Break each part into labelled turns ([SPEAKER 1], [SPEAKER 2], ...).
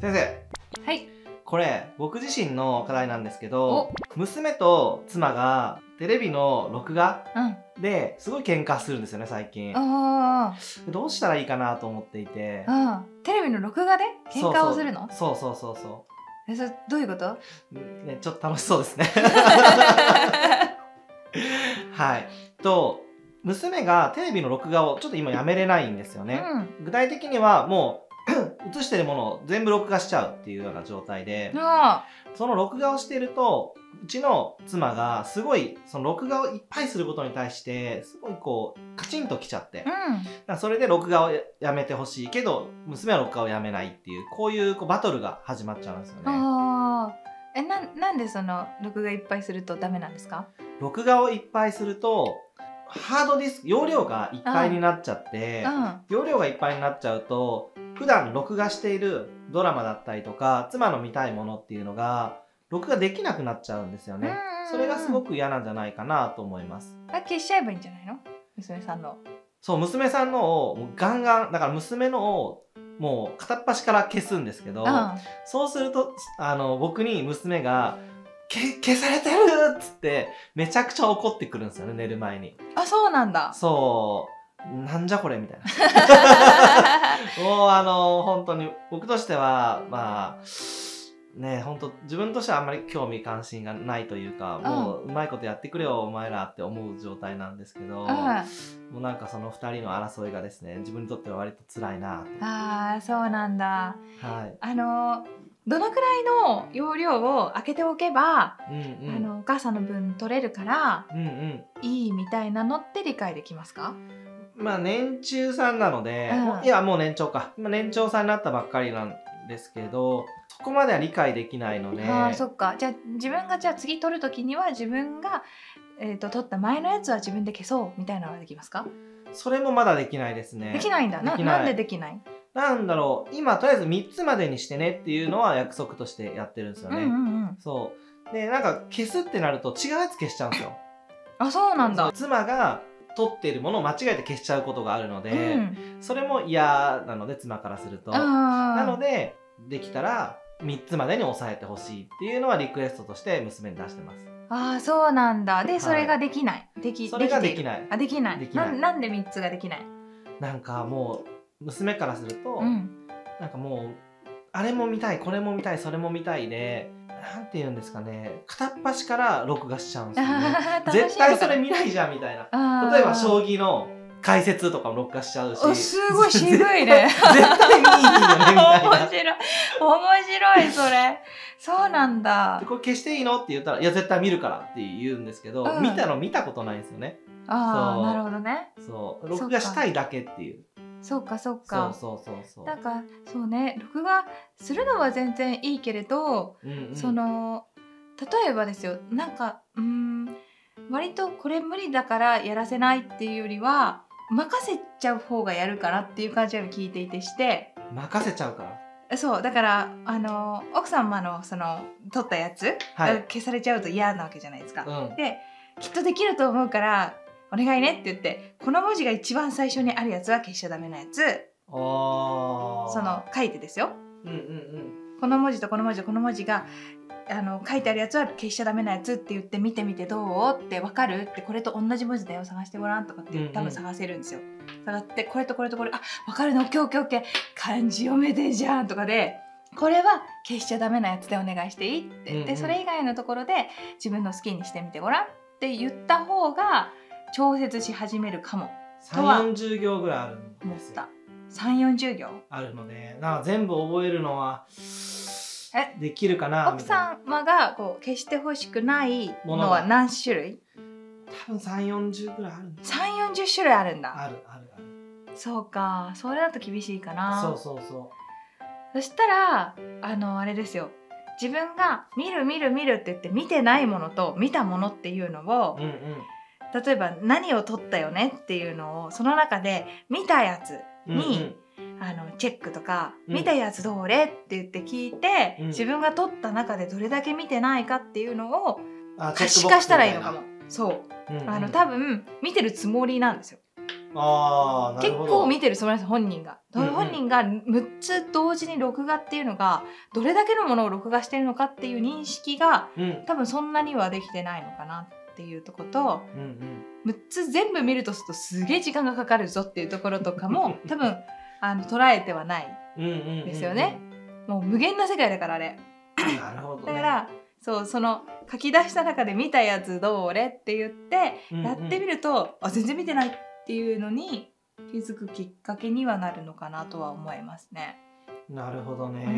[SPEAKER 1] 先生
[SPEAKER 2] はい
[SPEAKER 1] これ僕自身の課題なんですけ
[SPEAKER 2] お
[SPEAKER 1] ど娘と妻がテレビの録画
[SPEAKER 2] うん
[SPEAKER 1] ですごい喧嘩するんですよね最近
[SPEAKER 2] あー
[SPEAKER 1] どうしたらいいかなと思っていて
[SPEAKER 2] あーテレビの録画で喧嘩をするの
[SPEAKER 1] そうそうそうそうそ
[SPEAKER 2] えそれどういうこと
[SPEAKER 1] ううんねちょっと楽しそうで すねはいと娘がテレビの録画をちょっと今やめれないんですよ
[SPEAKER 2] う
[SPEAKER 1] ね、
[SPEAKER 2] ん
[SPEAKER 1] 具体的にはもう 映してるものを全部録画しちゃうっていうような状態で
[SPEAKER 2] あ
[SPEAKER 1] その録画をしているとうちの妻がすごいその録画をいっぱいすることに対してすごいこうカチンときちゃって
[SPEAKER 2] ーうん
[SPEAKER 1] だからそれで録画をややめてほしいけど娘は録画をやめないっていうこういうこうバトルが始まっちゃうんですよね
[SPEAKER 2] あーえなんなんでその録画いっぱいするとダメなんですか
[SPEAKER 1] 録画をいっぱいするとハードディスク容量がいっぱいになっちゃっ
[SPEAKER 2] う
[SPEAKER 1] て
[SPEAKER 2] んあ
[SPEAKER 1] 容量がいっぱいになっちゃうと普段録画しているドラマだったりとか妻の見たいものっていうのが録画できなくなっちゃうんですよね
[SPEAKER 2] うん
[SPEAKER 1] それがすごく嫌なんじゃないかなと思います
[SPEAKER 2] 消しちゃえばいいんじゃないの娘さんの
[SPEAKER 1] そう娘さんのをもうガンガンだから娘のをもう片っ端から消すんですけど、
[SPEAKER 2] あ
[SPEAKER 1] そうするとあの僕に娘が「け消されてる!」っつってめちゃくちゃ怒ってくるんですよね寝る前に
[SPEAKER 2] あそうな んだ
[SPEAKER 1] そうなんじゃこれみたいなもうあの本当に僕としてはまあね本当自分としてはあんまり興味関心がないというか、
[SPEAKER 2] ん
[SPEAKER 1] もううまいことやってくれよお前らって思う状態なんですけど、
[SPEAKER 2] あ
[SPEAKER 1] もうなんかその2人の争いがですね自分にとっては割と辛いな
[SPEAKER 2] あーそうなんだ
[SPEAKER 1] とはい、
[SPEAKER 2] あのどのくらいの容量を開けておけば、
[SPEAKER 1] うんうん、
[SPEAKER 2] あのお母さんの分取れるから
[SPEAKER 1] うんうん
[SPEAKER 2] いいみたいなのって理解できますか
[SPEAKER 1] まあ年中さんなので、
[SPEAKER 2] うん
[SPEAKER 1] もういやもう年長か今年長さんになったばっかりなんですけどそこまでは理解できないので
[SPEAKER 2] ああそっかじゃあ自分がじゃあ次取る時には自分が、えー、と取った前のやつは自分で消そうみたいなのはできますか、
[SPEAKER 1] それもまだできないですね
[SPEAKER 2] できないんだな
[SPEAKER 1] できない
[SPEAKER 2] なんでできない、
[SPEAKER 1] なんだろう今とりあえず3つまでにしてねっていうのは約束としてやってるんですよ
[SPEAKER 2] うん
[SPEAKER 1] ね、
[SPEAKER 2] うんうん
[SPEAKER 1] そうでなんか消すってなると違うやつ消しちゃうんですよ
[SPEAKER 2] あそうなんだ、
[SPEAKER 1] そう妻が取っているものを間違えて消しちゃうことがあるので、
[SPEAKER 2] うん
[SPEAKER 1] それも嫌なので妻からするとな
[SPEAKER 2] な
[SPEAKER 1] のでできたら3つまでに抑えてほしいっていうのはリクエストとして娘に出してます
[SPEAKER 2] ああそうなんだで
[SPEAKER 1] い
[SPEAKER 2] それができない、でき
[SPEAKER 1] それができ
[SPEAKER 2] い
[SPEAKER 1] ない
[SPEAKER 2] あできない
[SPEAKER 1] できない
[SPEAKER 2] んなんで3つができない
[SPEAKER 1] なんかもう娘からすると、
[SPEAKER 2] うん
[SPEAKER 1] なんかもうあれも見たいこれも見たいそれも見たいでなんて言うんですかね片っ端から録画しちゃうんですよ ね絶対それ見ないじゃんみたいな例えば
[SPEAKER 2] 棋
[SPEAKER 1] 将棋の解説とかも録画しちゃうし
[SPEAKER 2] おすごい渋いね
[SPEAKER 1] 絶対見に行いよねみたい
[SPEAKER 2] 面
[SPEAKER 1] な
[SPEAKER 2] 白い面白いそれそうなんだ
[SPEAKER 1] でこれ消していいのって言ったら「いや絶対見るから」って言うんですけど、
[SPEAKER 2] うん
[SPEAKER 1] 見たの見たことないんですよね
[SPEAKER 2] あ
[SPEAKER 1] そ
[SPEAKER 2] あ
[SPEAKER 1] う
[SPEAKER 2] なるほどね
[SPEAKER 1] そう録画したいだけっていう
[SPEAKER 2] そうかそう
[SPEAKER 1] そう
[SPEAKER 2] か
[SPEAKER 1] そうそうそう
[SPEAKER 2] なんかそうね録画するのは全然いいけれど、
[SPEAKER 1] うんうん
[SPEAKER 2] その例えばですよなんかうーん割とこれ無理だからやらせないっていうよりは任せちゃう方がやるからっていう感じが聞いていてして
[SPEAKER 1] 任せちゃうから
[SPEAKER 2] そうだからあの奥様のその撮ったやつ、
[SPEAKER 1] はい
[SPEAKER 2] 消されちゃうと嫌なわけじゃないですか。
[SPEAKER 1] うん
[SPEAKER 2] できっとできると思うからお願いねって言ってこの文字が一番最初にあるやつは消しちゃダメなやつ
[SPEAKER 1] ああ
[SPEAKER 2] その書いてですよ
[SPEAKER 1] うんうんうん
[SPEAKER 2] この文字とこの文字とこの文字があの書いてあるやつは消しちゃダメなやつって言って見てみてどうってわかるってこれと同じ文字だよ探してごらんとかって言って多
[SPEAKER 1] うんう
[SPEAKER 2] 分
[SPEAKER 1] ん
[SPEAKER 2] 探せるんですよ。探ってこれとこれとこれあわかるのオッケーオッケーオッケー漢字読めてんじゃんとかでこれは消しちゃダメなやつでお願いしていいって、
[SPEAKER 1] うんうん
[SPEAKER 2] でそれ以外のところで自分の好きにしてみてごらんって言った方が調節し始めるかもとは
[SPEAKER 1] 3 4 0行ぐらいあるん
[SPEAKER 2] 思っ
[SPEAKER 1] ですよ
[SPEAKER 2] た3 4 0行
[SPEAKER 1] あるのでなんか全部覚えるのは
[SPEAKER 2] え
[SPEAKER 1] できるかな
[SPEAKER 2] 奥
[SPEAKER 1] みたいな
[SPEAKER 2] 様がこう消してほしくない
[SPEAKER 1] も
[SPEAKER 2] もの
[SPEAKER 1] の
[SPEAKER 2] は
[SPEAKER 1] は
[SPEAKER 2] 何種類
[SPEAKER 1] 多分3 4 0ぐらいあるんです
[SPEAKER 2] 3 4 0種類あるんだ
[SPEAKER 1] あるあるある
[SPEAKER 2] そうかそれだと厳しいかな
[SPEAKER 1] そうそうそ
[SPEAKER 2] そしたらあのあれですよ自分が「見る見る見る」って言って見てないものと見たものっていうのを
[SPEAKER 1] ううんうん
[SPEAKER 2] 例えば何を撮ったよねっていうのをその中で見たやつ
[SPEAKER 1] うん
[SPEAKER 2] に、あのチェックとか「
[SPEAKER 1] うん
[SPEAKER 2] 見たやつどれ?」って言って聞いて、
[SPEAKER 1] うん
[SPEAKER 2] 自分が撮った中でどれだけ見てないかっていうのを
[SPEAKER 1] あ
[SPEAKER 2] 可視化したらいいのかも。そう
[SPEAKER 1] チェックボックスみたいな、
[SPEAKER 2] あの多分見てるつもりなんですよ。
[SPEAKER 1] ああなる
[SPEAKER 2] 結
[SPEAKER 1] ほど
[SPEAKER 2] 構見てるつもりなんです本人が。
[SPEAKER 1] うんうん
[SPEAKER 2] 本人が6つ同時に録画っていうのがどれだけのものを録画してるのかっていう認識が
[SPEAKER 1] うんうん
[SPEAKER 2] 多分そんなにはできてないのかなっていうとこと
[SPEAKER 1] うん
[SPEAKER 2] 6つ全部見るとするとすげえ時間がかかるぞっていうところとか も多分あの捉えてはない
[SPEAKER 1] うんうんうんうん
[SPEAKER 2] ですよねもう無限な世界だからあれ
[SPEAKER 1] なるほどね
[SPEAKER 2] だからそうその書き出した中で見たやつどれって言って
[SPEAKER 1] うんうん
[SPEAKER 2] やってみると、あ全然見てないっていうのに気づくきっかけにはなるのかなとは思いますね。
[SPEAKER 1] なるほどね
[SPEAKER 2] うん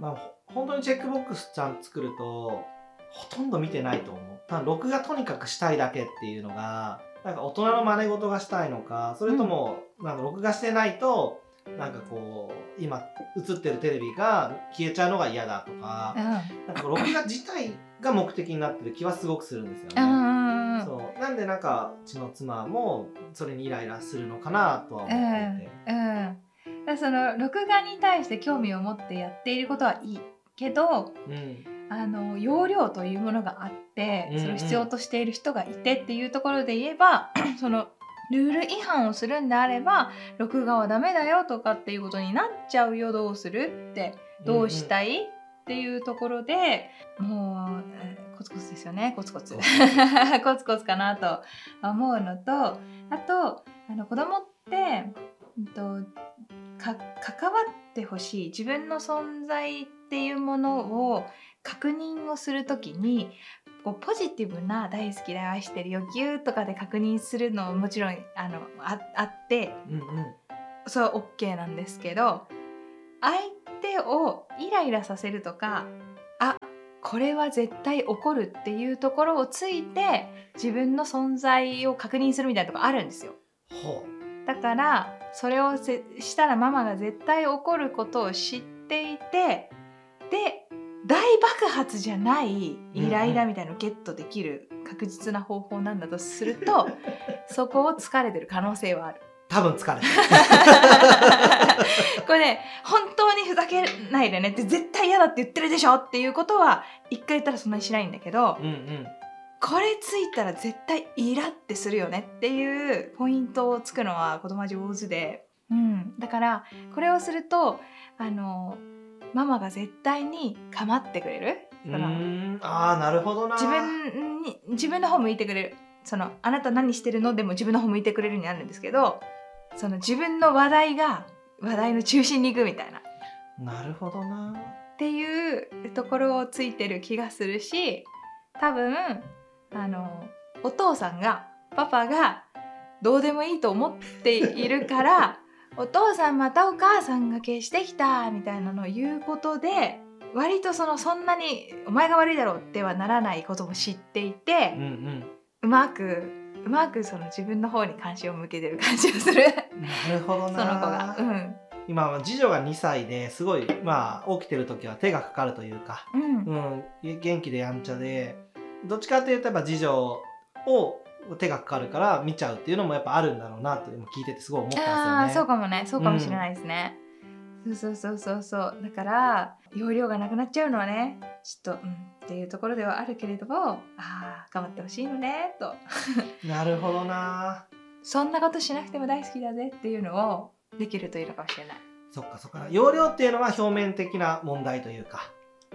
[SPEAKER 1] まあほ本当にチェックボックスちゃん作るとほとんど見てないと思う多分録画とにかくしたいだけっていうのがなんか大人の真似事がしたいのかそれとも、なんか録画してないとなんかこう今映ってるテレビが消えちゃうのが嫌だとか
[SPEAKER 2] う、ん
[SPEAKER 1] なんか録画自体が目的になってる気はすごくするんですよ
[SPEAKER 2] う
[SPEAKER 1] ね。
[SPEAKER 2] んうんうん
[SPEAKER 1] そうなんでなんかうちの妻もそれにイライラするのかなとは思っていて、
[SPEAKER 2] うんだからその録画に対して興味を持ってやっていることはいいけど
[SPEAKER 1] うん
[SPEAKER 2] あの容量というものがあって
[SPEAKER 1] うんうん
[SPEAKER 2] それを必要としている人がいてっていうところで言えば そのルール違反をするんであれば録画はダメだよとかっていうことになっちゃうよどうするってどうしたい、っていうところでもうえーコツコツですよねコツコツ
[SPEAKER 1] そう
[SPEAKER 2] コツコツかなと思うのとあとあの子供って、うんと、か関わってほしい自分の存在っていうものを確認をするときにこうポジティブな「大好きだよ愛してるよぎゅー」とかで確認するのももちろんあのああって
[SPEAKER 1] うんうん
[SPEAKER 2] それは OK なんですけど相手をイライラさせるとかあこれは絶対怒るっていうところをついて自分の存在を確認するみたいなとこあるんですよ。
[SPEAKER 1] ほ
[SPEAKER 2] だからそれをせしたらママが絶対怒ることを知っていてで大爆発じゃないイライラみたいなのをゲットできる確実な方法なんだとするとそこを疲れてる可能性はある。
[SPEAKER 1] う多分疲れてる
[SPEAKER 2] これね本当にふざけないでねって絶対嫌だって言ってるでしょっていうことは一回言ったらそんなにしないんだけど
[SPEAKER 1] うんうん
[SPEAKER 2] これついたら絶対イラってするよねっていうポイントをつくのは子供は上手で、うん、だからこれをするとあのママが絶対に構ってくれる
[SPEAKER 1] う
[SPEAKER 2] そ
[SPEAKER 1] ー
[SPEAKER 2] の
[SPEAKER 1] んああなるほどな
[SPEAKER 2] 自分に自分の方向いてくれるそのあなた何してるのでも自分の方向いてくれるになるんですけどその自分の話題が話題の中心に行くみたいな。
[SPEAKER 1] なるほどな
[SPEAKER 2] っていうところをついてる気がするし多分あのお父さんがパパがどうでもいいと思っているから お父さんまたお母さんが消してきたみたいなのを言うことで割とそのそんなにお前が悪いだろうではならないことも知っていて
[SPEAKER 1] うん、
[SPEAKER 2] うまくうまくその自分の方に関心を向けてる感じ がする
[SPEAKER 1] うんなるほど
[SPEAKER 2] その
[SPEAKER 1] な
[SPEAKER 2] 子が。うん
[SPEAKER 1] 今は次女が2歳ですごいまあ起きてる時は手がかかるというか、
[SPEAKER 2] うん
[SPEAKER 1] うん、元気でやんちゃでどっちかっていうとやっぱ次女を手がかかるから見ちゃうっていうのもやっぱあるんだろうなと今聞いててすごい思ったんですよね。
[SPEAKER 2] ああーそうかもねそうかもしれないですね、そうそうそうそうそうだから容量がなくなっちゃうのはねちょっとうんっていうところではあるけれどもああ頑張ってほしいのねと
[SPEAKER 1] なるほどな
[SPEAKER 2] そんなことしなくても大好きだぜっていうのをできるといいのかもしれない、
[SPEAKER 1] そっかそっか容量っていうのは表面的な問題というか、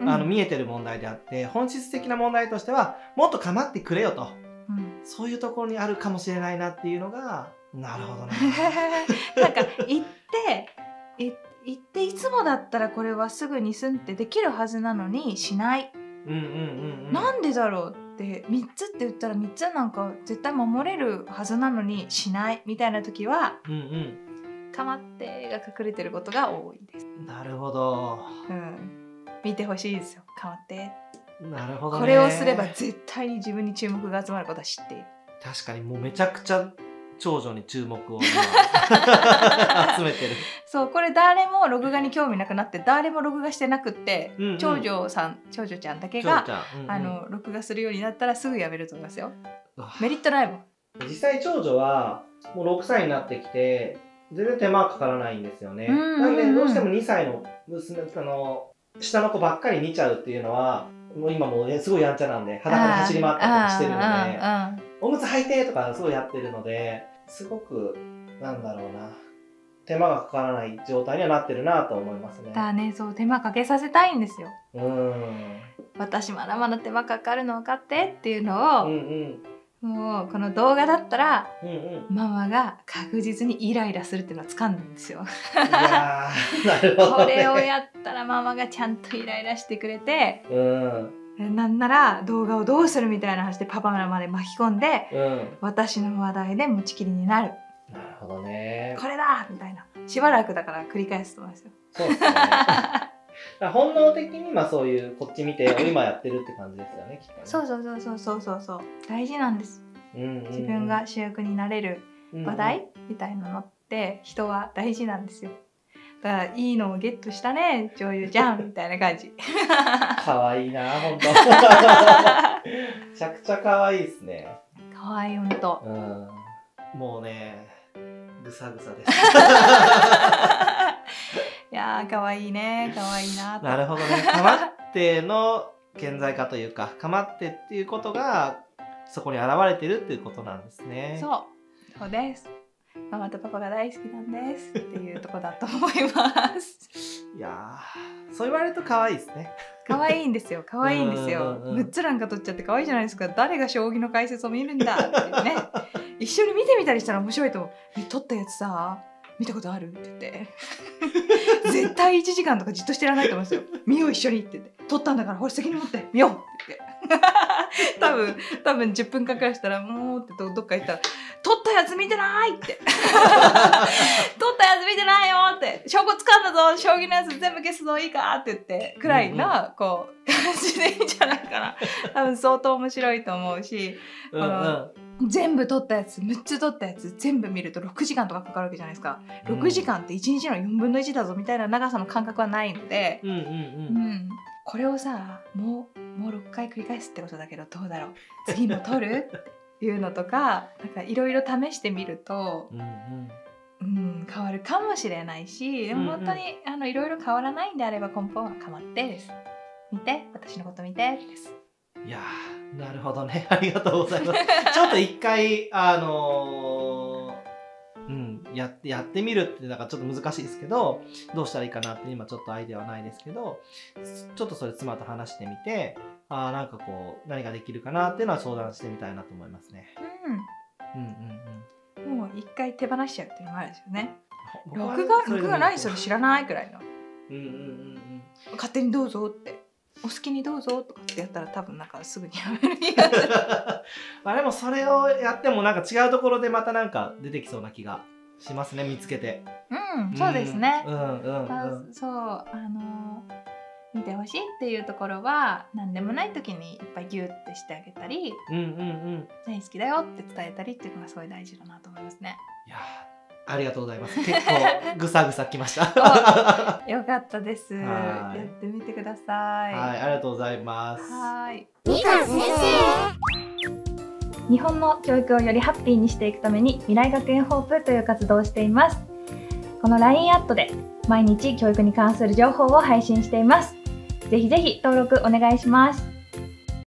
[SPEAKER 2] うん、
[SPEAKER 1] あの見えてる問題であって本質的な問題としてはもっと構ってくれよと
[SPEAKER 2] うん、
[SPEAKER 1] そういうところにあるかもしれないなっていうのがなるほどな
[SPEAKER 2] なんか行ってい行っていつもだったらこれはすぐにすんってできるはずなのにしない
[SPEAKER 1] うんうんうんうん
[SPEAKER 2] なんでだろうって3つって言ったら3つなんか絶対守れるはずなのにしないみたいな時は
[SPEAKER 1] うん
[SPEAKER 2] 「かまって」が隠れてることが多いです。
[SPEAKER 1] うんなるほど
[SPEAKER 2] うん、見てほしいですよ「かまって
[SPEAKER 1] なる」ほどね
[SPEAKER 2] これをすれば絶対に自分に注目が集まることは知っている。
[SPEAKER 1] 確かにもうめちゃくちゃ長女に注目を 今集めてる
[SPEAKER 2] そうこれ誰も録画に興味なくなって誰も録画してなくって、
[SPEAKER 1] うんうん
[SPEAKER 2] 長女さん長女ちゃんだけ
[SPEAKER 1] 長女
[SPEAKER 2] が
[SPEAKER 1] ち。ゃん、うんうん
[SPEAKER 2] あの録画するようになったらすぐやめると思いますよ
[SPEAKER 1] うわ
[SPEAKER 2] メリットないもん
[SPEAKER 1] 実際長女はもう6歳になってきて全然手間かからないんですよね、
[SPEAKER 2] うんうんうん
[SPEAKER 1] なんでどうしても2歳の娘あの下の子ばっかり見ちゃうっていうのはもう今もうねすごいやんちゃなんで裸で走り回ったりとかしてるので
[SPEAKER 2] あーあーあー
[SPEAKER 1] おむつ履いてとかすごいやってるのですごくなんだろうな手間がかからない状態にはなってるなと思いますね。
[SPEAKER 2] だねそう手間かけさせたいんですよ
[SPEAKER 1] うーん
[SPEAKER 2] 私まだまだ手間かかるの分かってっていう
[SPEAKER 1] うんう
[SPEAKER 2] のを、
[SPEAKER 1] ん
[SPEAKER 2] もうこの動画だったら
[SPEAKER 1] うんうん。
[SPEAKER 2] ママが確実にイライラするっていうのは掴んだんですよ
[SPEAKER 1] いやー なるほ
[SPEAKER 2] こ
[SPEAKER 1] ど、ね。
[SPEAKER 2] れをやったらママがちゃんとイライラしてくれて
[SPEAKER 1] うん
[SPEAKER 2] なんなら動画をどうするみたいな話でパパまで巻き込んで
[SPEAKER 1] うん。
[SPEAKER 2] 私の話題で持ちきりになる
[SPEAKER 1] なるほどね。
[SPEAKER 2] これだみたいなしばらくだから繰り返すと思いますよ
[SPEAKER 1] そうですね。 本能的にまあそういうこっち見 て今やってるって感じですよねきっとね。
[SPEAKER 2] そうそうそうそうそうそうそう大事なんです
[SPEAKER 1] うんうんうん
[SPEAKER 2] 自分が主役になれる話
[SPEAKER 1] うん
[SPEAKER 2] 題みたいなのって人は大事なんですよだからいいのをゲットしたね女優じゃんみたいな 感じ
[SPEAKER 1] うん可愛いな本 当。めちゃくちゃ可愛いですね。
[SPEAKER 2] 可愛いほん と
[SPEAKER 1] うん。もうねぐさぐさ です。
[SPEAKER 2] いやー可愛いね可愛いな
[SPEAKER 1] なるほどね。かまっての顕在化というか、かまってっていうことが、そこに現れてるっていうことなんですね。
[SPEAKER 2] そうそうですママとパパが大好きなんですっていうとこだと思います
[SPEAKER 1] いやー、そう言われると可愛いです ね。
[SPEAKER 2] 可愛いんですよ可愛いんですよ
[SPEAKER 1] うんうんうん
[SPEAKER 2] むっつらんか取っちゃって可愛いじゃないですか誰が将棋の解説を見るんだってい うね一緒に見てみたりしたら面白いと思うえ撮ったやつさ見たことあるって言って 絶対1時間とかじっとしてられないと思うんですよ見よう一緒にって言って撮ったんだからほら責任持って見ようって言って 多分多分10分間くらいしたらもうってどどっか行ったら撮ったやつ見てないって撮ったやつ見てないよって証拠つかんだぞ将棋のやつ全部消すぞいいかって言ってくらいな、こう感じでいいんじゃないかな多分相当面白いと思うし
[SPEAKER 1] うんうん。
[SPEAKER 2] 全部撮ったやつ6つ撮ったやつ全部見ると6時間とかかかるわけじゃないですか
[SPEAKER 1] うん
[SPEAKER 2] 6時間って1日の4分の1だぞみたいな長さの感覚はないので、
[SPEAKER 1] うんうん
[SPEAKER 2] う
[SPEAKER 1] うん。
[SPEAKER 2] ん、これをさもうもう6回繰り返すってことだけどどうだろう次も撮るっていうのとかなんかいろいろ試してみると、
[SPEAKER 1] うんうん
[SPEAKER 2] うん、変わるかもしれないしでも
[SPEAKER 1] うんうん
[SPEAKER 2] 本当にあのいろいろ変わらないんであれば根本は変わってです。見て私のこと見てです。
[SPEAKER 1] いやー、なるほどね。 ありがとうございます。 ちょっと一回、あのーうん、やってやってみるってなんかちょっと難しいですけどどうしたらいいかなって今ちょっとアイデアはないですけどちょっとそれ妻と話してみてあーなんかこう何ができるかなっていうのは相談してみたいなと思いますね。うんうんうん
[SPEAKER 2] うん、もう一回手放しちゃうっていうのもあるんですよね。
[SPEAKER 1] 僕は
[SPEAKER 2] 録画
[SPEAKER 1] それで
[SPEAKER 2] 録
[SPEAKER 1] も
[SPEAKER 2] 画ないそれ知らないくらい の
[SPEAKER 1] うんうんうん
[SPEAKER 2] 勝手にどうぞってお好きにどうぞとかってやったら多分なんかすぐにやめる気が
[SPEAKER 1] う
[SPEAKER 2] す る
[SPEAKER 1] んまあでもそれをやってもなんか違うところでまたなんか出てきそうな気がしますね見つけて
[SPEAKER 2] うんそうですね、
[SPEAKER 1] うんうんうん
[SPEAKER 2] まあそうあの見てほしいっていうところは何でもない時にいっぱいギュッてしてあげたり
[SPEAKER 1] うんうんうん
[SPEAKER 2] 大好きだよって伝えたりっていうのがすごい大事だなと思いますね
[SPEAKER 1] いやーありがとうございます結構 ぐさぐさきました
[SPEAKER 2] お
[SPEAKER 1] は
[SPEAKER 2] よかったです
[SPEAKER 1] は
[SPEAKER 2] や
[SPEAKER 1] ーい
[SPEAKER 2] ってみてくださ
[SPEAKER 1] い
[SPEAKER 2] い
[SPEAKER 1] ありがとうございます
[SPEAKER 2] はーい
[SPEAKER 3] ミカ先生
[SPEAKER 2] 日本の教育をよりハッピーにしていくために未来学園ホープという活動をしていますこの LINE アットで毎日教育に関する情報を配信していますぜひぜひ登録お願いします